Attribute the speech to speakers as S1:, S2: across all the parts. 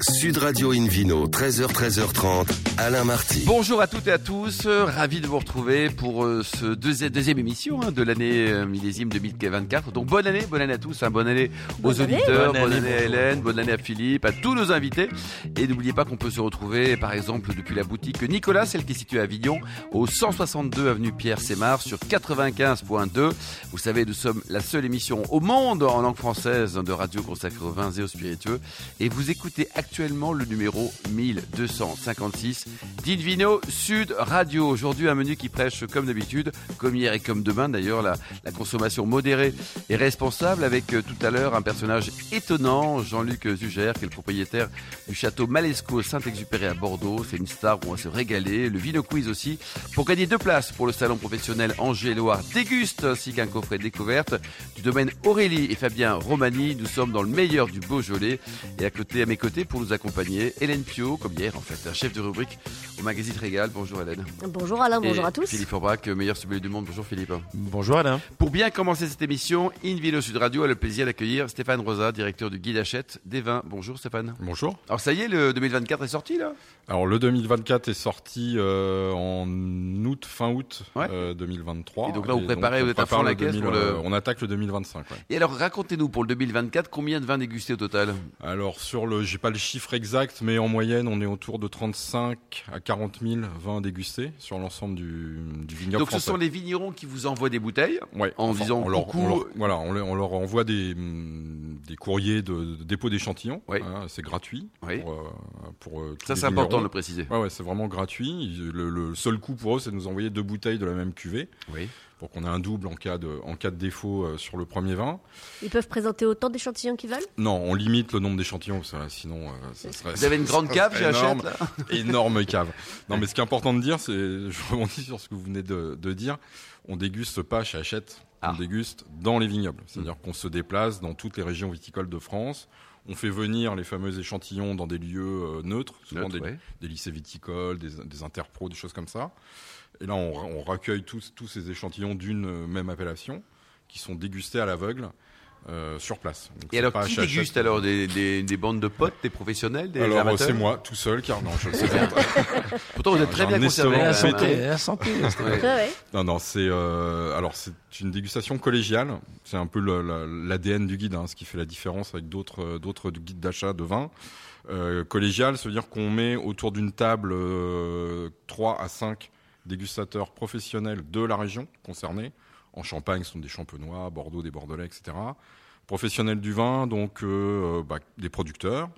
S1: Sud Radio Invino, 13h, 13h30, Alain Marty.
S2: Bonjour à toutes et à tous, euh, ravi de vous retrouver pour euh, ce deuxi- deuxième émission hein, de l'année euh, millésime 2024. Donc bonne année, bonne année à tous, hein, bonne année aux
S3: Bonne année.
S2: auditeurs,
S4: Bonne
S2: bonne,
S4: année,
S2: année à
S4: bonjour.
S2: Hélène, bonne année à Philippe, à tous nos invités. Et n'oubliez pas qu'on peut se retrouver par exemple depuis la boutique Nicolas, celle qui est située à Avignon, au 162 avenue Pierre Sémar sur 95.2. Vous savez, nous sommes la seule émission au monde en langue française de radio consacrée aux vins et aux spiritueux. Et vous écoutez actuellement le numéro 1256 d'Invino Sud Radio. Aujourd'hui, un menu qui prêche, comme d'habitude, comme hier et comme demain d'ailleurs, la, la consommation modérée et responsable avec euh, tout à l'heure un personnage étonnant, Jean-Luc Zugère, qui est le propriétaire du château Malesco Saint-Exupéry à Bordeaux. C'est une star où on va se régaler. Le Vino Quiz aussi pour gagner deux places pour le salon professionnel Angers Loire Déguste ainsi qu'un coffret découverte du domaine Aurélie et Fabien Romani. Nous sommes dans le meilleur du Beaujolais et à côté, à mes côtés, pour nous accompagner, Hélène Pio, comme hier en fait, un chef de rubrique au magazine Régal. Bonjour Hélène.
S3: Bonjour Alain, bonjour
S2: Et
S3: à tous.
S2: Philippe Aubrac, meilleur sommelier du monde. Bonjour Philippe.
S4: Bonjour Alain.
S2: Pour bien commencer cette émission, Invino Sud Radio a le plaisir d'accueillir Stéphane Rosa, directeur du guide Hachette des vins. Bonjour Stéphane.
S5: Bonjour.
S2: Alors ça y est, le 2024 est sorti là
S5: Alors le 2024 est sorti euh, en août, fin août
S2: Ouais.
S5: euh, 2023.
S2: Et donc là, vous préparez,
S5: on
S2: vous êtes à
S5: prépare
S2: fond
S5: le euh,
S2: la caisse pour le-
S5: On attaque le 2025. ouais.
S2: Et alors racontez-nous pour le 2024, combien de vins dégustés au total
S5: Alors sur le, j'ai pas le chiffre exact, mais en moyenne, on est autour de 35 à 40 000 vins dégustés sur l'ensemble du, du vignoble
S2: Donc ce
S5: français.
S2: sont les vignerons qui vous envoient des bouteilles
S5: Ouais,
S2: en disant
S5: on leur,
S2: coucou. euh,
S5: on leur- voilà, on leur, on leur envoie des, mm, des courriers de, de dépôt d'échantillons.
S2: Oui.
S5: hein, c'est gratuit.
S2: Oui.
S5: Pour, euh, pour, euh, tous
S2: Ça
S5: les
S2: c'est important de
S5: vignerons.
S2: le préciser.
S5: Ouais, ouais, c'est vraiment gratuit. Le, le seul coût pour eux, c'est de nous envoyer deux bouteilles de la même cuvée.
S2: Oui.
S5: pour qu'on ait un double en cas de, en cas de défaut euh, sur le premier vin.
S3: Ils peuvent présenter autant d'échantillons qu'ils veulent
S5: Non, on limite le nombre d'échantillons, parce que là, sinon, euh, ça serait
S2: Vous avez une grande
S5: ça
S2: cave chez
S5: serait
S2: Hachette
S5: énorme,
S2: là
S5: énorme cave. Non, mais ce qui est important de dire, c'est, je rebondis sur ce que vous venez de, de dire, on déguste pas chez Hachette,
S2: Ah. Mm.
S5: on déguste dans les vignobles. C'est-à-dire qu'on se déplace dans toutes les régions viticoles de France, on fait venir les fameux échantillons dans des lieux euh, neutres, souvent
S2: Neutre,
S5: des,
S2: ouais.
S5: des lycées viticoles, des, des interpros, des choses comme ça. Et là, on, on recueille tous, tous ces échantillons d'une euh, même appellation qui sont dégustés à l'aveugle euh, sur place. Donc,
S2: Et
S5: c'est
S2: alors
S5: pas
S2: qui
S5: achat-
S2: déguste
S5: achat-
S2: alors des, des- des bandes de potes, des professionnels, des
S5: Alors, euh,
S2: amateurs
S5: c'est moi, tout seul, car non, je le sais
S2: Pourtant vous êtes très
S5: J'ai
S2: bien
S5: un
S2: conservé.
S5: estomac
S2: quand
S4: la
S2: même,
S4: santé, la santé.
S2: hein. Ouais.
S3: Ouais, ouais.
S5: Non, non, c'est euh, alors c'est une dégustation collégiale. C'est un peu le- la- l'ADN du guide, hein, ce qui fait la différence avec d'autres euh, d'autres guides d'achat de vin. Euh, collégial, ça veut dire qu'on met autour d'une table euh, 3 à 5 dégustateurs professionnels de la région concernée. En Champagne, ce sont des Champenois, Bordeaux, des Bordelais, etc. Professionnels du vin, donc euh, bah, des producteurs,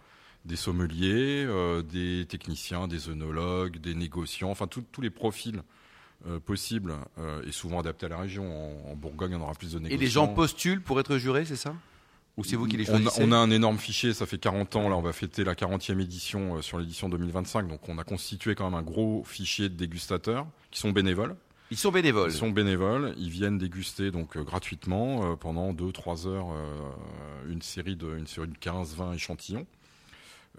S5: des sommeliers, euh, des techniciens, des œnologues, des négociants, enfin tout- tous les profils euh, possibles euh, et souvent adaptés à la région. En, en Bourgogne, on aura plus de
S2: Et
S5: négociants.
S2: les gens postulent pour être jurés, c'est ça Ou c'est vous qui les
S5: on a,
S2: choisissez
S5: on a un énorme fichier, ça fait 40 ans, là on va fêter la 40e édition euh, sur l'édition 2025, donc on a constitué quand même un gros fichier de dégustateurs qui sont bénévoles.
S2: Ils sont bénévoles.
S5: Ils sont bénévoles, ils viennent déguster donc euh, gratuitement euh, pendant 2-3 heures euh, une série de une série de 15-20 échantillons.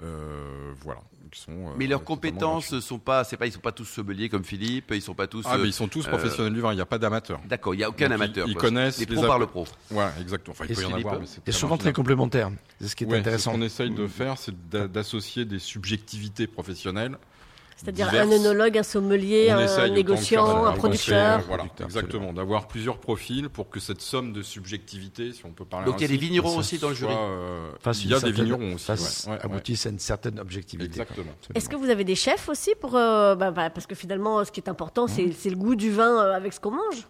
S5: Euh, voilà, ils sont, euh,
S2: Mais leurs
S5: totalement
S2: compétences
S5: gratuits.
S2: ne sont pas, c'est pas, ils sont pas tous sommeliers comme Philippe, ils sont pas tous.
S5: Ah,
S2: euh,
S5: mais ils sont tous professionnels du vin, il n'y a pas d'amateurs.
S2: D'accord, il n'y a aucun
S5: Donc, ils-
S2: amateur.
S5: ils
S2: quoi.
S5: connaissent
S2: Les
S5: les
S2: pros par
S5: app-
S2: le pro.
S5: Ouais, exactement. Enfin, il
S2: Et
S5: peut y en
S2: Philippe,
S5: avoir, mais c'est très
S4: Et souvent
S5: marginal.
S4: très complémentaire. C'est ce qui est
S5: Ouais,
S4: intéressant.
S5: Ce qu'on essaye de faire, c'est d'a- d'associer des subjectivités professionnelles.
S3: C'est-à-dire
S5: diverses.
S3: un œnologue, un sommelier,
S5: On
S3: un,
S5: essaye autant de faire
S3: négociant,
S5: ça,
S3: un producteur.
S5: Voilà,
S4: Producteur,
S5: exactement. D'avoir plusieurs profils pour que cette somme de subjectivité, si on peut parler
S2: Donc il y a des
S5: ainsi,
S2: vignerons
S4: ça
S2: aussi dans le jury.
S5: soit, euh,
S4: Face
S5: il y a
S4: une
S5: des
S4: certaine-
S5: vignerons aussi.
S4: face-
S5: ouais, ouais, ouais.
S4: Aboutissent à une certaine objectivité.
S5: Exactement.
S3: Est-ce que vous avez des chefs aussi pour euh, bah, bah, parce que finalement ce qui est important
S2: Mmh.
S3: c'est c'est le goût du vin euh, avec ce qu'on mange.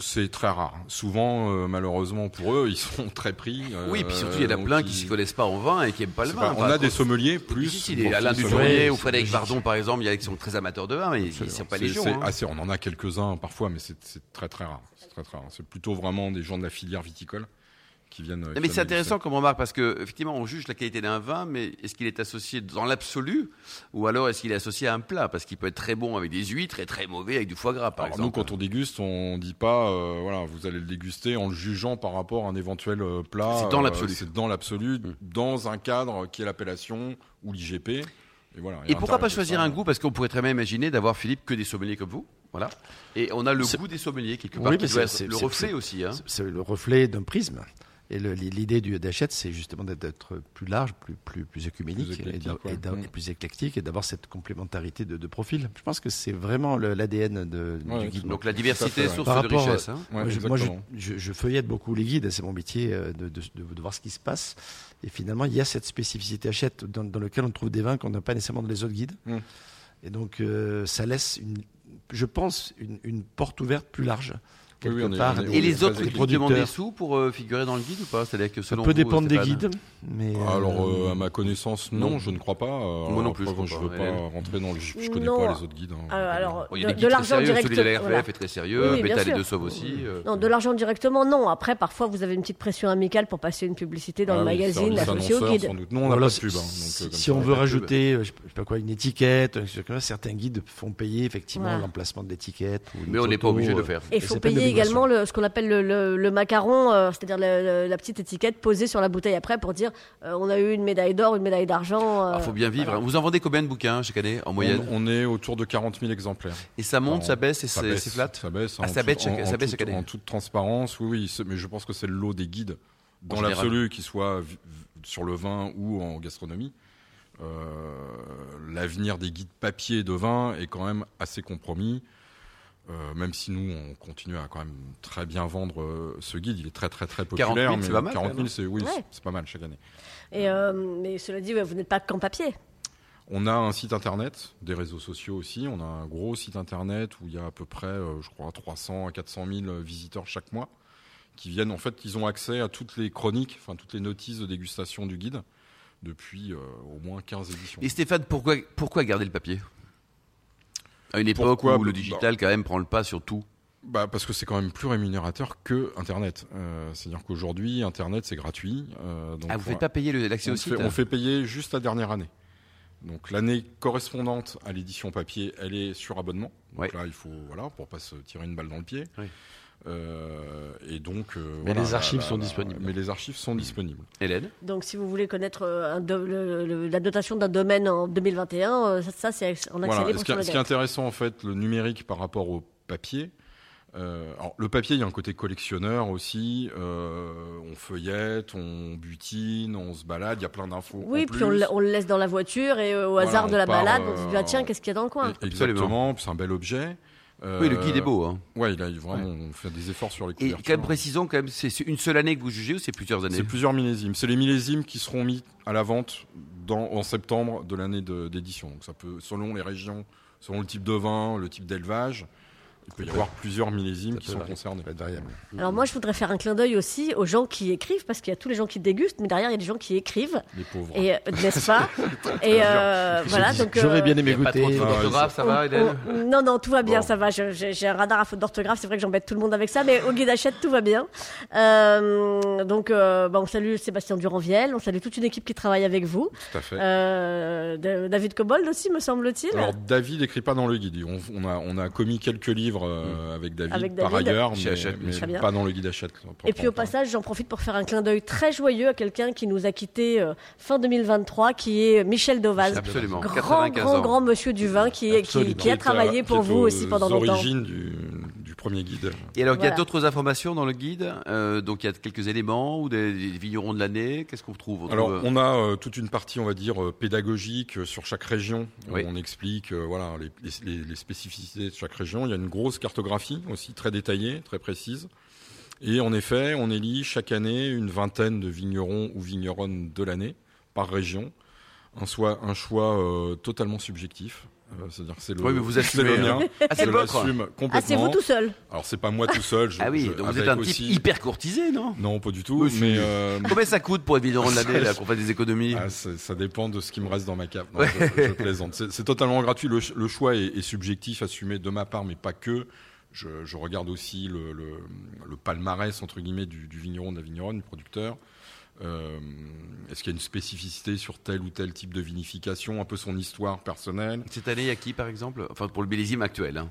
S5: C'est très rare. Souvent, euh, malheureusement pour eux, ils sont très pris. euh,
S2: Oui, puis surtout, il y en a
S5: donc
S2: plein
S5: ils-
S2: qui s'y connaissent pas en vin et qui aiment pas le
S5: c'est
S2: vin.
S5: pas- On
S2: Enfin,
S5: a des
S2: quand-
S5: sommeliers
S2: Si,
S5: plus.
S2: si, si, les-
S5: profils
S2: Alain
S5: sommeliers.
S2: Dufournier
S4: vrai,
S2: ou
S4: c'est
S2: Frédéric
S4: logique.
S2: Bardon, par exemple, il y en a qui sont très amateurs de vin, mais ils ne sont pas les
S5: C'est-
S2: gens. hein.
S5: c'est assez- on en a quelques-uns parfois, mais c'est c'est très très rare. C'est très, très rare. C'est plutôt vraiment des gens de la filière viticole qui viennent. qui
S2: Non, mais
S5: viennent
S2: c'est intéressant comme remarque parce que effectivement on juge la qualité d'un vin, mais est-ce qu'il est associé dans l'absolu ou alors est-ce qu'il est associé à un plat parce qu'il peut être très bon avec des huîtres et très mauvais avec du foie gras par
S5: Alors, nous,
S2: exemple.
S5: quand on déguste, on dit pas, euh, voilà, vous allez le déguster en le jugeant par rapport à un éventuel euh, plat.
S2: C'est dans
S5: Euh,
S2: l'absolu. Mmh.
S5: c'est dans l'absolu, dans un cadre qui est l'appellation ou l'IGP. Et voilà.
S2: Et pourquoi pas
S5: interpréter
S2: choisir
S5: ça.
S2: un goût parce qu'on pourrait très bien imaginer d'avoir Philippe que des sommeliers comme vous, voilà. Et on a le
S4: C'est-
S2: goût des sommeliers quelque part
S4: Oui,
S2: qui
S4: mais
S2: doit
S4: c'est-
S2: être
S4: c'est-
S2: le
S4: c'est-
S2: reflet
S4: c'est-
S2: aussi. Hein.
S4: C'est le reflet d'un prisme. Et le- l'idée du Hachette, c'est justement d'être- d'être plus large, plus, plus, plus
S5: Plus
S4: œcuménique et
S5: éclectique,
S4: d'a-
S5: ouais.
S4: et d'a-
S5: Mm.
S4: et plus éclectique et d'avoir cette complémentarité de, de profils. Je pense que c'est vraiment le- l'ADN de-
S5: Ouais,
S4: du guide.
S5: tout
S2: Donc la
S5: Tout à
S2: diversité
S5: fait,
S2: est
S5: ouais.
S2: source
S4: Par
S2: de
S4: rapport,
S2: richesse. hein.
S5: Ouais,
S4: moi, je, moi, je-
S5: exactement.
S4: je- je feuillette beaucoup les guides, c'est mon métier euh, de, de- de- de voir ce qui se passe. Et finalement, il y a cette spécificité Hachette dans, dans laquelle on trouve des vins qu'on n'a pas nécessairement dans les autres guides.
S5: Mm.
S4: Et donc, euh, ça laisse, une, je pense, une, une porte ouverte plus large.
S5: Oui, oui,
S4: quelque
S5: on est-
S4: part,
S5: on est- euh,
S4: des-
S2: Et les
S4: des
S2: autres guides demandent des
S4: producteurs.
S2: sous pour euh, figurer dans le guide ou pas C'est-à-dire que
S4: Ça
S2: selon
S4: peut
S2: vous,
S4: dépendre des
S2: Stéphane-
S4: guides. Mais euh,
S5: Alors, euh, à ma connaissance, non,
S2: non.
S5: je ne crois pas. Euh,
S2: Moi non plus,
S5: après,
S2: je
S5: je
S2: crois
S5: veux
S2: pas.
S5: pas
S2: Hélène.
S5: rentrer dans le. Je, je connais
S3: Non.
S5: pas les autres guides. hein.
S3: Euh, alors,
S2: Bon, Oh, il y a
S3: de,
S2: des
S3: de
S2: guides très
S3: l'argent
S2: sérieux,
S3: direct.
S2: celui de la RVF
S3: voilà.
S2: est très sérieux,
S3: Oui, oui, bien
S2: Beta les
S3: sûr.
S2: deux sauves aussi. euh.
S3: Non, de l'argent directement, non. Après, parfois, vous avez une petite pression amicale pour passer une publicité dans
S5: Ah
S3: le
S5: oui,
S3: magazine,
S5: service
S3: l'associé au
S5: annonceur,
S3: guide.
S5: sans doute. Nous, on n'a
S4: voilà,
S5: pas de
S4: si-
S5: pub. hein, donc,
S4: si
S5: euh, comme
S4: si
S5: ça,
S4: on
S5: a
S4: veut
S5: pas de pub.
S4: rajouter, euh, je je sais pas quoi, une étiquette, un truc comme ça, certains guides font payer effectivement
S3: Voilà.
S4: l'emplacement de l'étiquette. ou
S2: Mais
S4: une
S2: on n'est pas
S4: photo,
S2: obligé de
S4: euh,
S2: le faire.
S3: Et il
S4: Et
S3: faut
S4: c'est pas une
S3: payer
S4: obligation.
S3: également le, ce qu'on appelle le, le- le macaron, euh, c'est-à-dire le- le- la petite étiquette posée sur la bouteille après pour dire euh, on a eu une médaille d'or, une médaille d'argent.
S2: Il
S3: euh,
S2: faut bien vivre.
S3: voilà.
S2: hein. Vous en vendez combien de bouquins chaque année en moyenne
S5: On, on est autour de 40 000 exemplaires.
S2: Et ça monte,
S5: on-
S2: ça baisse et
S5: Ça
S2: c'est
S5: baisse,
S2: c'est flat
S5: Ça baisse. hein,
S2: Ah,
S5: en
S2: ça
S5: tout-
S2: baisse chaque-
S5: en-
S2: ça
S5: en
S2: baisse chaque
S5: toute-
S2: année.
S5: En toute transparence, oui, oui. c'est- Mais je pense que c'est le lot des guides dans
S2: général.
S5: l'absolu, qu'ils soient vi- vi- sur le vin ou en gastronomie. Euh, L'avenir des guides papier et de vin est quand même assez compromis. Euh, même si nous, on continue à quand même très bien vendre euh, ce guide, il est très très très
S2: 40
S5: populaire.
S2: 000,
S5: mais
S2: c'est pas mal,
S5: 40
S2: quand
S5: 000,
S2: même.
S5: c'est oui,
S3: Ouais.
S5: c'est- c'est pas mal chaque année.
S3: Et, euh, mais cela dit, ouais, vous n'êtes pas qu'en papier.
S5: On a un site internet, des réseaux sociaux aussi. On a un gros site internet où il y a à peu près, euh, je crois, 300 à 400 000 visiteurs chaque mois qui viennent. En fait, ils ont accès à toutes les chroniques, enfin toutes les notices de dégustation du guide depuis euh, au moins 15 éditions.
S2: Et Stéphane, pourquoi, pourquoi garder le papier À une époque
S5: Pourquoi
S2: où le
S5: Bah,
S2: digital, quand même, prend le pas sur tout.
S5: Bah, parce que c'est quand même plus rémunérateur que Internet. Euh, C'est-à-dire qu'aujourd'hui, Internet c'est gratuit. euh, donc
S2: Ah, vous ne
S5: voilà.
S2: faites pas payer le- l'accès
S5: on
S2: au
S5: fait-
S2: site
S5: on fait payer juste la dernière année. Donc l'année correspondante à l'édition papier, elle est sur abonnement. Donc
S2: Ouais.
S5: là, il faut voilà pour pas se tirer une balle dans le pied.
S2: Oui.
S5: Euh, et donc, euh,
S4: Mais
S5: voilà,
S4: les archives
S5: la- la-
S4: sont
S5: la-
S4: disponibles.
S5: Mais les archives sont disponibles.
S2: Hélène
S3: Donc, si vous voulez connaître euh, un do- le- le- la dotation d'un domaine en 2021, euh, ça, ça, c'est ex- en accès
S5: Voilà.
S3: libre
S5: Ce, qui
S3: sur
S5: est,
S3: le
S5: ce qui est
S3: net.
S5: intéressant en fait, le numérique par rapport au papier. euh, alors le papier, il y a un côté collectionneur aussi. euh, on feuillette, on butine, on se balade. Il y a plein d'infos. en
S3: Oui, puis
S5: plus.
S3: on, le- on le laisse dans la voiture et euh, au
S5: Voilà,
S3: hasard
S5: on
S3: de la
S5: part,
S3: balade, on se dit
S5: euh,
S3: ah, tiens, qu'est-ce qu'il y a dans le coin
S5: Et- Exactement. C'est un bel objet.
S2: Oui, le guide est
S5: Euh,
S2: beau. hein.
S5: Ouais, il a vraiment on fait des efforts sur les
S2: Et
S5: couvertures. hein.
S2: quand même, précisons, quand même, c'est c'est une seule année que vous jugez ou c'est plusieurs années
S5: c'est plusieurs millésimes. C'est les millésimes qui seront mis à la vente dans, en septembre de l'année de- d'édition. Donc ça peut, selon les régions, selon le type de vin, le type d'élevage, il peut y avoir plusieurs millésimes
S4: Ça
S5: qui
S4: peut
S5: sont
S4: varier.
S5: concernés.
S4: Ça peut être variable.
S3: Alors moi, je voudrais faire un clin d'œil aussi aux gens qui écrivent, parce qu'il y a tous les gens qui dégustent, mais derrière, il y a des gens qui écrivent,
S5: Les pauvres.
S3: et euh, n'est-ce pas Et euh, voilà, donc euh,
S4: J'aurais bien aimé
S2: Il n'y a pas trop de
S4: goûter.
S5: fautes.
S2: photographes, ça va,
S3: on-
S5: Oh,
S2: Hélène
S3: on- non, non, tout va bien,
S5: Bon.
S3: ça va. Je- J'ai j'ai un radar à faute d'orthographe, c'est vrai que j'embête tout le monde avec ça, mais au guide achète, tout va bien. Euh, donc, euh, bah, on salue Sébastien Durand-Viel, on salue toute une équipe qui travaille avec vous.
S5: Tout à fait.
S3: Euh, Da- David Cobold aussi, me semble-t-il.
S5: Alors David n'écrit pas dans le guide. On, on a, on a commis quelques livres euh, avec, David,
S3: Avec
S5: par
S3: David.
S5: ailleurs,
S2: Chez
S5: mais,
S2: Hachette,
S5: mais
S3: Très bien.
S5: pas dans le guide Hachette. proprement
S3: Et puis au
S5: parlant.
S3: passage, j'en profite pour faire un clin d'œil très joyeux à quelqu'un qui nous a quitté euh, fin 2023, qui est Michel
S5: oh.
S3: Dovaz.
S2: Absolument.
S3: Grand,
S2: 95
S3: grand,
S2: ans.
S3: grand monsieur du vin qui, est- qui,
S5: Absolument.
S3: qui a
S5: est à-
S3: travaillé pour
S5: qui est
S3: vous
S5: aux
S3: aussi pendant longtemps.
S5: origines du, du premier guide.
S2: Et alors, il y a
S3: Voilà.
S2: d'autres informations dans le guide. euh, donc, il y a quelques éléments ou des, des vignerons de l'année. Qu'est-ce qu'on retrouve On
S5: Alors,
S2: trouve, euh,
S5: on a euh, toute une partie, on va dire, euh, pédagogique euh, sur chaque région.
S2: Oui.
S5: On explique euh, voilà, les, les- les spécificités de chaque région. Il y a une grosse cartographie aussi, très détaillée, très précise. Et en effet, on élit chaque année une vingtaine de vignerons ou vigneronnes de l'année par région. Un, soi- un choix euh, totalement subjectif. Euh, C'est-à-dire que c'est le,
S2: Oui, mais vous
S5: c'est
S2: assumez,
S5: le
S2: hein.
S5: mien.
S2: Ah, c'est
S5: Je
S2: le vôtre.
S5: l'assume complètement.
S3: Ah, c'est vous tout seul.
S5: Alors, c'est pas moi tout seul. je-
S2: Ah oui,
S5: je-
S2: donc vous êtes
S5: avec
S2: un type
S5: aussi-
S2: hyper courtisé, non
S5: Non, pas du tout.
S2: Oui, si.
S5: mais euh,
S2: Combien ça coûte pour être vigneron de l'année, là, qu'on fasse des économies
S5: Ah, ça, ça dépend de ce qui me reste dans ma cave. Non, je, je plaisante. C'est c'est totalement gratuit. Le, ch- le choix est, est subjectif, assumé de ma part, mais pas que. Je, je regarde aussi le, le- le palmarès entre guillemets du, du vigneron, de la vigneronne, du producteur. Euh, Est-ce qu'il y a une spécificité sur tel ou tel type de vinification, un peu son histoire personnelle
S2: Cette année, il y a qui, par exemple Enfin, pour le millésime actuel. hein.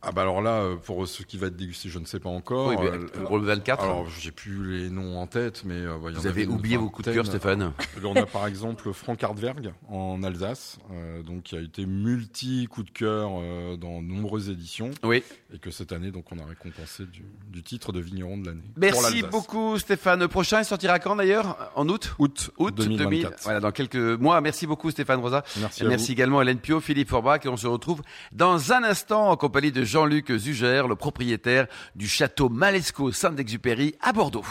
S5: Ah bah alors là, euh, pour ce qui va être dégusté, je ne sais pas encore.
S2: Oui, mais
S5: Euh,
S2: le Rhône 24.
S5: alors, j'ai plus les noms en tête, mais euh, bah, il y en
S2: vous avez
S5: avait une
S2: oublié vos coups de cœur,
S5: vingtaine.
S2: Stéphane.
S5: Là, Eh on a par exemple Franck Hardverg en Alsace, euh, donc qui a été multi coup de cœur euh, dans de nombreuses éditions,
S2: Oui.
S5: et que cette année, donc, on a récompensé du, du titre de vigneron de l'année. pour
S2: Merci
S5: l'Alsace.
S2: beaucoup, Stéphane. Le prochain, il sortira quand d'ailleurs En août
S5: Août,
S2: Août
S5: 2024.
S2: 2000. Voilà, dans quelques mois. Merci beaucoup, Stéphane Rosa.
S5: Merci.
S2: Et
S5: à
S2: Merci également Hélène Pio, Philippe Forbach et on se retrouve dans un instant en compagnie de Jean-Luc Zuger, le propriétaire du château Malesco Saint-Exupéry à Bordeaux.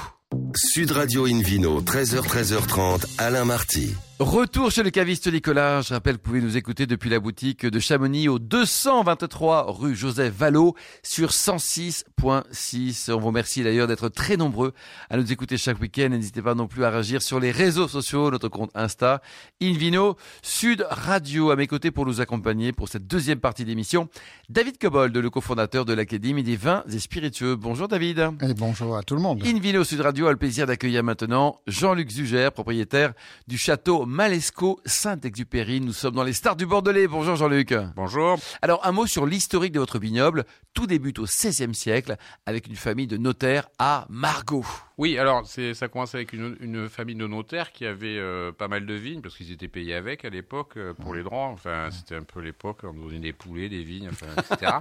S1: Sud Radio Invino, 13h, 13h30, Alain Marty.
S2: Retour chez le caviste Nicolas. Je rappelle que vous pouvez nous écouter depuis la boutique de Chamonix au 223 rue Joseph Vallot sur 106.6. On vous remercie d'ailleurs d'être très nombreux à nous écouter chaque week-end. Et N'hésitez pas non plus à réagir sur les réseaux sociaux, notre compte Insta, Invino, Sud Radio. À mes côtés pour nous accompagner pour cette deuxième partie d'émission, David Cobold, le cofondateur de l'Académie des vins et spiritueux. Bonjour David.
S6: Et Eh, bonjour à tout le monde.
S2: Invino Sud Radio a le plaisir d'accueillir maintenant Jean-Luc Zuger, propriétaire du château Malesco Saint-Exupéry. Nous sommes dans les stars du Bordelais. Bonjour Jean-Luc.
S5: Bonjour.
S2: Alors un mot sur l'historique de votre vignoble. Tout débute au XVIe siècle avec une famille de notaires à Margot.
S7: Oui, alors c'est ça commence avec une, une famille de notaires qui avait euh, pas mal de vignes parce qu'ils étaient payés avec à l'époque euh, pour les droits. Enfin, c'était un peu l'époque on nous donnait des poulets, des vignes, enfin, etc.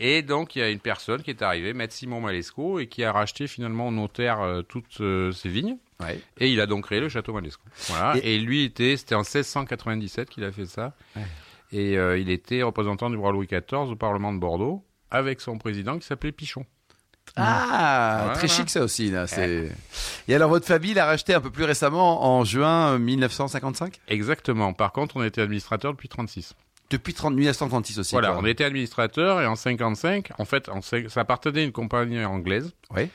S7: et donc il y a une personne qui est arrivée, Maître Simon Malesco, et qui a racheté finalement au notaire euh, toutes euh, ses vignes.
S2: Ouais.
S7: Et il a donc créé le château Malesco. Voilà. Et, lui était, c'était en 1697 qu'il a fait ça. Et euh, il était représentant du roi Louis XIV au Parlement de Bordeaux avec son président qui s'appelait Pichon.
S2: Ah,
S7: Voilà.
S2: très chic ça aussi. Là, c'est... Et alors votre famille l'a racheté un peu plus récemment en juin 1955
S7: Exactement. Par contre, on était administrateur depuis 36.
S2: Depuis 30, 1936 aussi.
S7: Voilà,
S2: quoi.
S7: on était administrateur et en 55, en fait, en cin- ça appartenait à une compagnie anglaise.
S2: Ouais.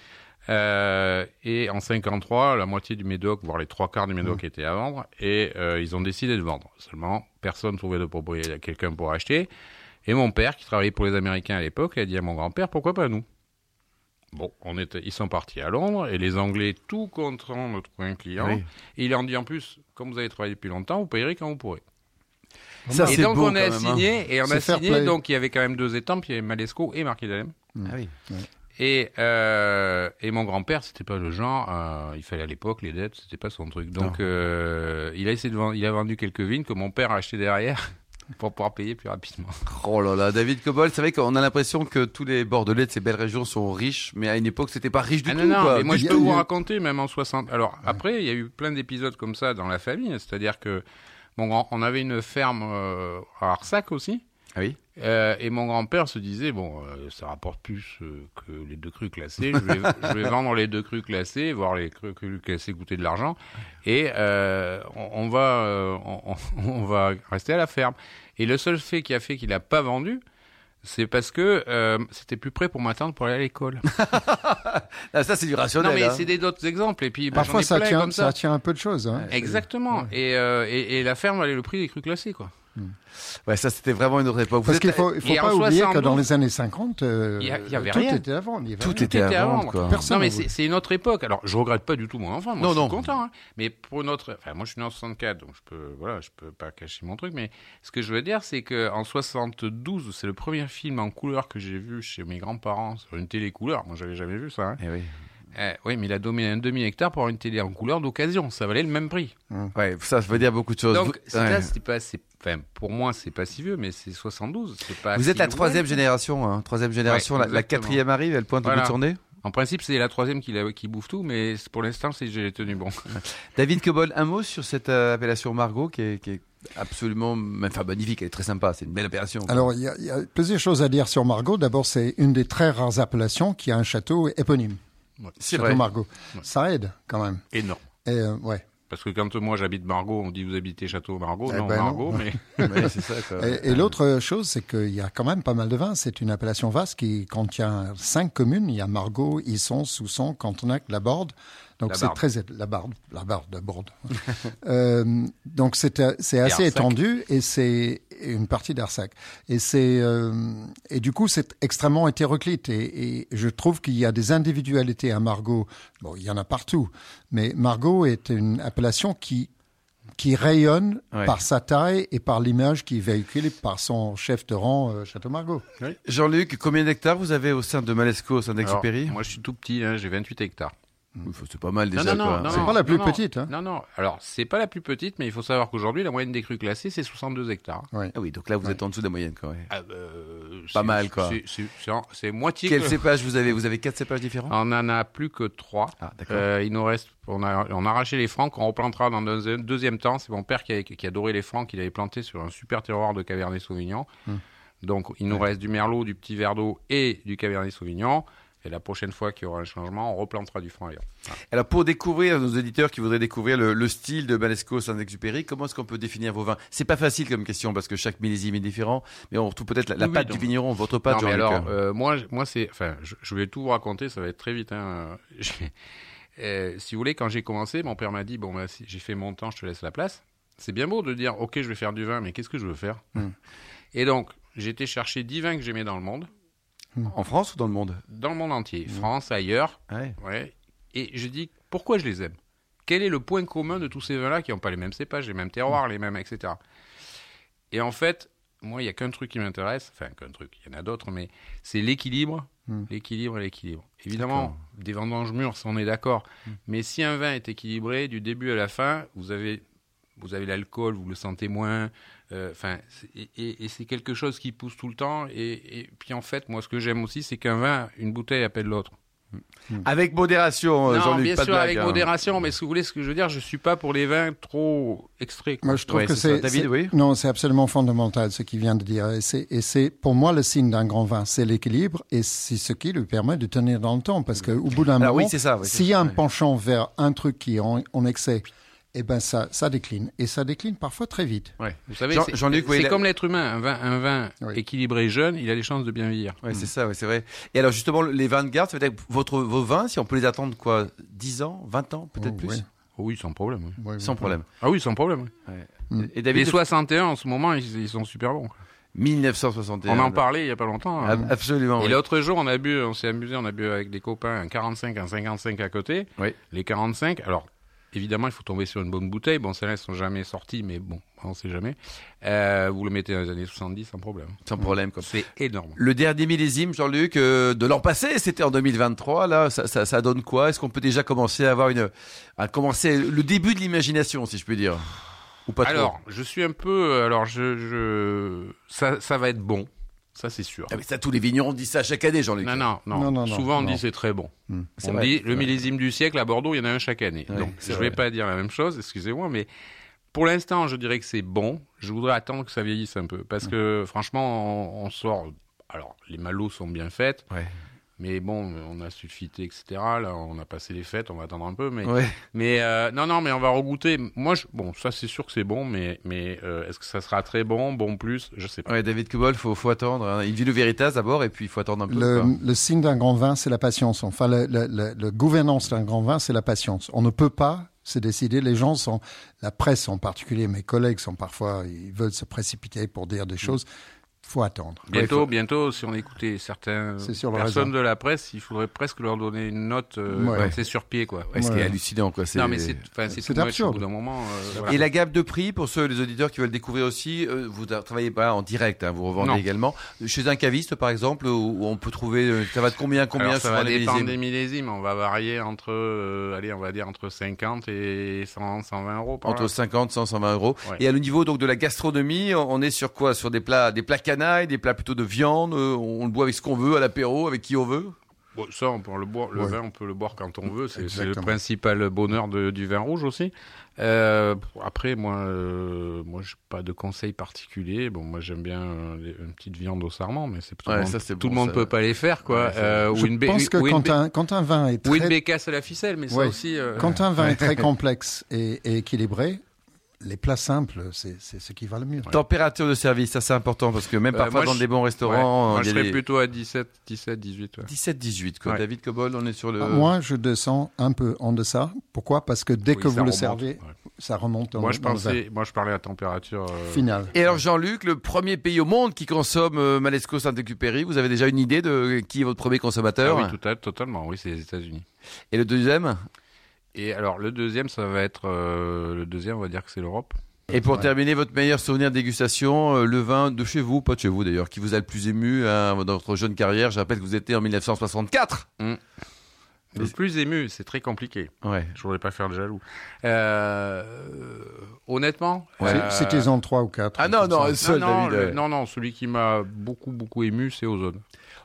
S7: Euh, et en 53, la moitié du Médoc, voire les trois quarts du Médoc étaient à vendre et euh, ils ont décidé de vendre. Seulement, personne trouvait de propriétaire, quelqu'un pour acheter. Et mon père, qui travaillait pour les Américains à l'époque, a dit à mon grand-père, pourquoi pas nous Bon, on était, ils sont partis à Londres et les Anglais, tout content de trouver un client,
S2: Oui.
S7: et il en dit en plus, comme vous avez travaillé depuis longtemps, vous payerez quand vous pourrez.
S2: Ça,
S7: et
S2: c'est
S7: donc
S2: beau
S7: on a
S2: quand même, hein.
S7: signé et on
S6: C'est
S7: a
S6: fair
S7: signé
S6: play.
S7: donc il y avait quand même deux étampes, il y avait Malesco et Marquis d'Alem.
S2: Ah oui.
S7: Et euh, et mon grand-père, c'était pas le genre euh, il fallait à l'époque les dettes, c'était pas son truc. Donc euh, il a essayé de vendre, il a vendu quelques vignes que mon père a achetées derrière pour pouvoir payer plus rapidement.
S2: Oh là là, David Cobol, c'est vrai qu'on a l'impression que tous les Bordelais de ces belles régions sont riches, mais à une époque, c'était pas riche du
S7: Ah
S2: tout.
S7: non, non,
S2: quoi.
S7: mais moi
S2: Du
S7: je peux
S2: tout.
S7: vous raconter, même en 60. Alors après, il y a eu plein d'épisodes comme ça dans la famille, c'est-à-dire que mon grand- on avait une ferme euh, à Arsac aussi.
S2: Ah oui
S7: Euh, et mon grand-père se disait bon, euh, ça rapporte plus euh, que les deux crus classés. Je vais, je vais vendre les deux crus classés, voir les crus, crus classés coûter de l'argent, et euh, on, on va euh, on, on- on va rester à la ferme. Et le seul fait qui a fait qu'il n'a pas vendu, c'est parce que euh, c'était plus près pour m'attendre pour aller à l'école.
S2: Ah, ça, c'est du rationnel.
S7: non mais
S2: hein.
S7: c'est des d'autres exemples. Et puis bah, j'en
S6: Parfois,
S7: ai
S6: ça
S7: plein
S6: tient,
S7: comme
S6: ça.
S7: ça.
S6: tient un peu de choses. hein.
S7: Exactement. Et, euh, et, et la ferme valait le prix des crus classés quoi.
S2: Ouais, ça, c'était vraiment une autre époque. Vous
S6: Parce
S2: êtes-
S6: qu'il faut, il faut
S7: Et en
S6: pas oublier que
S7: 72,
S6: dans les années 50, euh,
S7: il y a- il y avait
S6: tout
S7: rien.
S6: était à vendre. il y avait
S2: Tout
S6: rien.
S2: était à vendre, quoi.
S6: Personne
S7: non, mais
S6: ne voulait.
S7: c'est c'est une autre époque. Alors, je regrette pas du tout mon enfant. Moi,
S2: Non,
S7: je suis
S2: non.
S7: content. hein. Mais pour notre, enfin, moi, je suis né en 64, donc je peux, voilà, je peux pas cacher mon truc. Mais ce que je veux dire, c'est que en 72, c'est le premier film en couleur que j'ai vu chez mes grands-parents sur une télé couleur. Moi, j'avais jamais vu ça. hein.
S2: Eh oui.
S7: Euh, oui, mais il a donné un demi hectare pour avoir une télé en couleur d'occasion. Ça valait le même prix.
S2: Ouais, ça veut dire beaucoup de choses.
S7: Donc,
S2: vous,
S7: c'est
S2: ouais.
S7: là, c'était pas assez. Enfin, pour moi, c'est pas si vieux, mais c'est 72. C'est pas.
S2: Vous
S7: si
S2: êtes la
S7: loin.
S2: troisième génération, hein. troisième génération, la- la,
S7: exactement.
S2: quatrième arrive, elle pointe au bout
S7: Voilà.
S2: de son nez.
S7: En principe, c'est la troisième qui, la- qui bouffe tout, mais pour l'instant, c'est j'ai tenu bon.
S2: David Cobol, un mot sur cette euh, appellation Margot qui est, qui est absolument enfin, magnifique, elle est très sympa, c'est une belle appellation. quoi.
S6: Alors, il y, a, il y a plusieurs choses à dire sur Margot. D'abord, c'est une des très rares appellations qui a un château éponyme.
S2: c'est
S6: château
S2: vrai.
S6: Margot. Ça aide quand même.
S7: Et non.
S6: Et, euh, ouais.
S7: Parce que quand moi j'habite Margot, on dit vous habitez Château Margot,
S6: Eh
S7: non
S6: ben non.
S7: Margot, mais
S2: Ouais, c'est ça, quoi.
S6: Et, et l'autre chose, c'est qu'il y a quand même pas mal de vins. C'est une appellation vaste qui contient cinq communes. Il y a Margot, Isson, Sousson, Cantenac, La Borde. Donc
S7: La
S6: c'est
S7: Barbe.
S6: très la Barde, la Barde, la Borde. Euh, donc c'est euh, c'est assez
S7: Arsac.
S6: étendu et c'est une partie d'Arsac. Et c'est euh, et du coup c'est extrêmement hétéroclite et, et je trouve qu'il y a des individualités à Margot. Bon, il y en a partout, mais Margot est une appellation qui qui rayonne
S2: Ouais.
S6: par sa taille et par l'image qui est véhiculée par son chef de rang, euh, Château Margaux.
S2: Jean-Luc, combien d'hectares vous avez au sein de Malesco, au sein d'Exupéry
S7: Alors, Moi, je suis tout petit, hein, j'ai 28 hectares.
S2: Oui, faut- C'est pas mal déjà. quoi.
S6: C'est pas la plus petite, hein.
S7: Non, non. Alors, c'est pas la plus petite, mais il faut savoir qu'aujourd'hui, la moyenne des crues classées, c'est 62 hectares.
S2: Ah oui, donc là, vous êtes en dessous de la moyenne. Quoi, ouais.
S7: Ah, euh,
S2: Pas
S7: c'est-
S2: mal, quoi.
S7: c'est- C'est c'est en- c'est moitié.
S2: Quel
S7: que- Ah.
S2: cépage vous avez Vous avez quatre cépages différents
S7: On en a plus que trois.
S2: Ah, d'accord.
S7: Euh, il nous reste, on a, on a arraché les francs, on replantera dans un deuxi- deuxième temps. C'est mon père qui, a- qui adorait les francs, qu'il avait planté sur un super terroir de Cabernet Sauvignon. Donc il nous reste du Merlot, du Petit Verdot et du Cabernet Sauvignon. Et la prochaine fois qu'il y aura un changement, on replantera du franc ailleurs.
S2: Alors, pour découvrir nos auditeurs qui voudraient découvrir le, le style de Malesco Saint-Exupéry, comment est-ce qu'on peut définir vos vins C'est pas facile comme question parce que chaque millésime est différent, mais on retrouve peut-être la, la
S7: Oui, oui,
S2: pâte
S7: donc-
S2: du vigneron, votre pâte,
S7: Non, mais
S2: Jean-Luc.
S7: alors, euh, moi, je- moi c'est, enfin, je, je vais tout vous raconter, ça va être très vite. hein. J'ai- euh, si vous voulez, quand j'ai commencé, mon père m'a dit bon, bah, si j'ai fait mon temps, je te laisse la place. C'est bien beau de dire ok, je vais faire du vin, mais qu'est-ce que je veux faire Et donc, j'étais chercher 10 vins que j'aimais dans le monde,
S2: En France ou dans le monde
S7: dans le monde entier, France, ailleurs,
S2: Ouais.
S7: ouais. Et je dis pourquoi je les aime Quel est le point commun de tous ces vins-là qui n'ont pas les mêmes cépages, les mêmes terroirs, les mêmes, etc. Et en fait, moi, il n'y a qu'un truc qui m'intéresse, enfin, qu'un truc, il y en a d'autres, mais c'est l'équilibre,
S6: Mm.
S7: l'équilibre et l'équilibre. Évidemment, des vendanges mûres, ça, on est d'accord. Mais si un vin est équilibré du début à la fin, vous avez, vous avez l'alcool, vous le sentez moins. euh, Enfin, c'est- et, et- et c'est quelque chose qui pousse tout le temps. Et, et puis en fait, moi, ce que j'aime aussi, c'est qu'un vin, une bouteille appelle l'autre.
S2: Avec modération, euh,
S7: Non,
S2: Jean-Luc.
S7: bien
S2: pas
S7: sûr,
S2: de blague,
S7: avec
S2: hein.
S7: modération, mais si vous voulez, ce que je veux dire, je suis pas pour les vins trop extraits. quoi.
S6: Moi, je trouve
S2: Ouais,
S6: que
S2: c'est ça.
S6: c'est.
S2: David,
S6: c'est-
S2: oui
S6: Non, c'est absolument fondamental ce qu'il vient de dire. Et c'est, et c'est pour moi le signe d'un grand vin, c'est l'équilibre et c'est ce qui lui permet de tenir dans le temps. Parce qu'au bout d'un
S2: Alors Ah oui,
S6: moment,
S2: c'est ça, oui, c'est
S6: s'il y a
S2: ça,
S6: un
S2: ouais.
S6: penchant vers un truc qui est en, en excès, eh ben ça, ça décline. Et ça décline parfois très vite.
S7: Ouais. Vous savez,
S2: Jean-
S7: c'est
S2: Jean-Luc, oui,
S7: c'est
S2: la-
S7: comme l'être humain. Un vin, un vin
S6: Oui.
S7: équilibré jeune, il a les chances de bien vieillir.
S2: Ouais, c'est ça, ouais, c'est vrai. Et alors, justement, les vins de garde, ça veut dire que votre, vos vins, si on peut les attendre, quoi, 10 ans, 20 ans, peut-être
S6: Oh,
S2: plus
S6: oui.
S7: Oh oui, sans problème. oui.
S6: Oui, oui.
S2: Sans problème.
S7: Ah oui, sans problème.
S2: Et
S7: Les
S2: David,
S7: 61, en ce moment, ils, ils sont super bons.
S2: 1961.
S7: On en parlait il y a pas longtemps.
S2: Ah,
S7: hein.
S2: Absolument.
S7: Et
S2: oui.
S7: l'autre jour, on a bu, on s'est amusé, on a bu avec des copains un 45, un 55 à côté.
S2: Oui.
S7: Les 45, alors évidemment, il faut tomber sur une bonne bouteille. Bon, celles-là, elles sont jamais sorties, mais bon, on sait jamais. Euh, vous le mettez dans les années 70 sans problème.
S2: Sans problème, quoi.
S7: C'est énorme.
S2: Le dernier millésime, Jean-Luc, euh, de l'an passé, c'était en 2023. Là, ça, ça, ça donne quoi Est-ce qu'on peut déjà commencer à avoir une, à commencer le début de l'imagination, si je peux dire, ou pas trop
S7: alors, je suis un peu. Alors, je. je- Ça, ça va être bon. Ça, c'est sûr.
S2: Ah, mais ça, tous les vignerons disent ça chaque année, Jean-Luc.
S7: Non, non, non.
S6: Non, non, non,
S7: Souvent, on
S6: non.
S7: dit c'est très bon.
S2: C'est
S7: On
S2: vrai,
S7: dit
S2: c'est
S7: le
S2: vrai.
S7: millésime du siècle à Bordeaux, il y en a un chaque année.
S2: Oui,
S7: Donc,
S2: c'est
S7: je ne
S2: vrai.
S7: vais pas dire la même chose, excusez-moi, mais pour l'instant, je dirais que c'est bon. Je voudrais attendre que ça vieillisse un peu.
S2: Mmh.
S7: Parce que, franchement, on, on sort. Alors, les malots sont bien faites.
S2: Ouais.
S7: Mais bon, on a suffité, etc. Là, on a passé les fêtes, on va attendre un peu. Mais,
S2: Ouais.
S7: mais euh, non, non, mais on va regoûter. Moi, je, bon, ça, c'est sûr que c'est bon, mais, mais euh, est-ce que ça sera très bon, bon plus Je sais pas.
S2: Ouais, David Cobol, faut, faut attendre. Hein. Il vit le Veritas d'abord, et puis il faut attendre un peu.
S6: Le,
S2: quoi.
S6: le signe d'un grand vin, c'est la patience. Enfin, le, le- le- le gouvernance d'un grand vin, c'est la patience. On ne peut pas se décider. Les gens sont, la presse en particulier, mes collègues sont parfois, ils veulent se précipiter pour dire
S7: Mm.
S6: des choses. Faut attendre.
S7: Bientôt, bientôt, si on écoutait certaines
S6: C'est sur le
S7: personnes
S6: raisin.
S7: de la presse, il faudrait presque leur donner une note. euh,
S6: Ouais.
S7: quand C'est sur pied, quoi.
S2: Ouais, ce qui est
S6: Ouais.
S2: hallucinant, quoi. c'est-
S7: Non, mais c'est, enfin, c'est
S6: C'est
S7: tout moche
S6: absurde.
S7: au bout d'un moment. euh, voilà.
S2: Et la gamme de prix, pour ceux, les auditeurs qui veulent découvrir aussi, euh, vous tra- travaillez pas en direct, hein, vous revendez
S7: Non.
S2: également. Chez un caviste, par exemple, où, où on peut trouver, euh, ça va de combien, à combien
S7: Alors, ça
S2: sur
S7: va
S2: un des
S7: dépendre
S2: millésimes
S7: des millésimes. On va varier entre, euh, allez, on va dire entre 50 et 100, 120 euros. par
S2: Entre
S7: là.
S2: 50, 100, 120 euros.
S7: Ouais.
S2: Et à le niveau donc de la gastronomie, on on est sur quoi Sur des plats, des plats canailles, des plats plutôt de viande. euh, On le boit avec ce qu'on veut, à l'apéro, avec qui on veut.
S7: Bon, ça, on peut le boire. Le
S6: Ouais.
S7: vin, on peut le boire quand on veut. C'est, c'est le
S6: Exactement.
S7: principal bonheur de- du vin rouge aussi. Euh, après, moi, euh, moi, j'ai pas de conseils particuliers. Bon, moi, j'aime bien euh, les- une petite viande au sarment, mais c'est tout
S2: Ouais,
S7: le monde,
S2: ça, c'est
S7: tout
S2: bon,
S7: le monde
S2: ça.
S7: peut pas les faire, quoi.
S2: Ouais, ça-
S7: Euh,
S6: Je
S7: ou une ba-
S6: pense que
S7: ou une
S6: quand
S7: ba-
S6: un, quand un vin est
S7: ou une
S6: très,
S7: bécasse à la ficelle, mais
S6: Ouais.
S7: ça aussi. euh,
S6: quand un vin est très complexe et, et équilibré, les plats simples, c'est c'est ce qui va le mieux.
S2: Température de service, ça c'est important parce que même
S7: Euh,
S2: parfois
S7: moi,
S2: dans
S7: je-
S2: des bons
S7: ouais.
S2: restaurants,
S7: Moi,
S2: il
S7: je
S2: y a
S7: serais
S2: des-
S7: plutôt à 17, 17, 18. ouais.
S2: 17, 18. Quoi.
S7: Ouais.
S2: David Cobol, on est sur le.
S6: Moi, je descends un peu en deçà. Pourquoi Parce que dès
S7: Oui,
S6: que
S7: ça
S6: vous le
S7: remonte,
S6: servez,
S7: ouais.
S6: ça remonte dans,
S7: Moi,
S6: le-
S7: je
S6: dans le
S7: pensais, moi, je parlais à température. euh,
S6: vin final.
S2: Et alors Jean-Luc, le premier pays au monde qui consomme euh, Malesco Saint-Exupéry, vous avez déjà une idée de qui est votre premier
S7: Ah
S2: consommateur
S7: oui, tout à, totalement. Oui, c'est les États-Unis.
S2: Et le deuxième
S7: Et alors, le deuxième, ça va être. euh, le deuxième, on va dire que c'est l'Europe.
S2: Et pour
S6: Ouais.
S2: terminer, votre meilleur souvenir de dégustation, euh, le vin de chez vous, pas de chez vous d'ailleurs, qui vous a le plus ému hein, dans votre jeune carrière. Je rappelle que vous étiez en 1964.
S7: Le plus ému, c'est très compliqué.
S2: Ouais.
S7: Je voudrais pas faire de jaloux. Euh, honnêtement. euh,
S6: C'est- C'était en 3 ou 4.
S2: Ah non, non,
S7: Non
S2: seul
S7: non,
S2: David.
S6: euh.
S7: le- non, non, celui qui m'a beaucoup, beaucoup ému, c'est Ozone.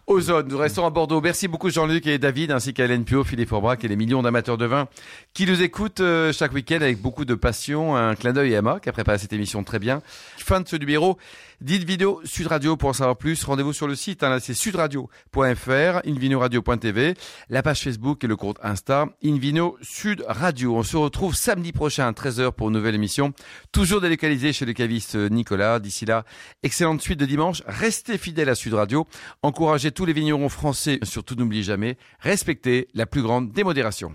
S2: Ozone, nous restons à Bordeaux. Merci beaucoup Jean-Luc et David, ainsi qu'à Hélène Pio, Philippe Forbrac et les millions d'amateurs de vin qui nous écoutent euh, chaque week-end avec beaucoup de passion. Un clin d'œil à Emma qui a préparé cette émission très bien. Fin de ce numéro. Dites vidéo Sud Radio pour en savoir plus. Rendez-vous sur le site, hein, là, c'est sudradio.fr, invinoradio.tv, la page Facebook et le compte Insta, Invino Sud Radio. On se retrouve samedi prochain à 13h pour une nouvelle émission, toujours délocalisée chez le caviste euh, Nicolas. D'ici là, excellente suite de dimanche. Restez fidèles à Sud Radio. Encouragez tous les vignerons français, surtout n'oubliez jamais, respectez la plus grande démodération.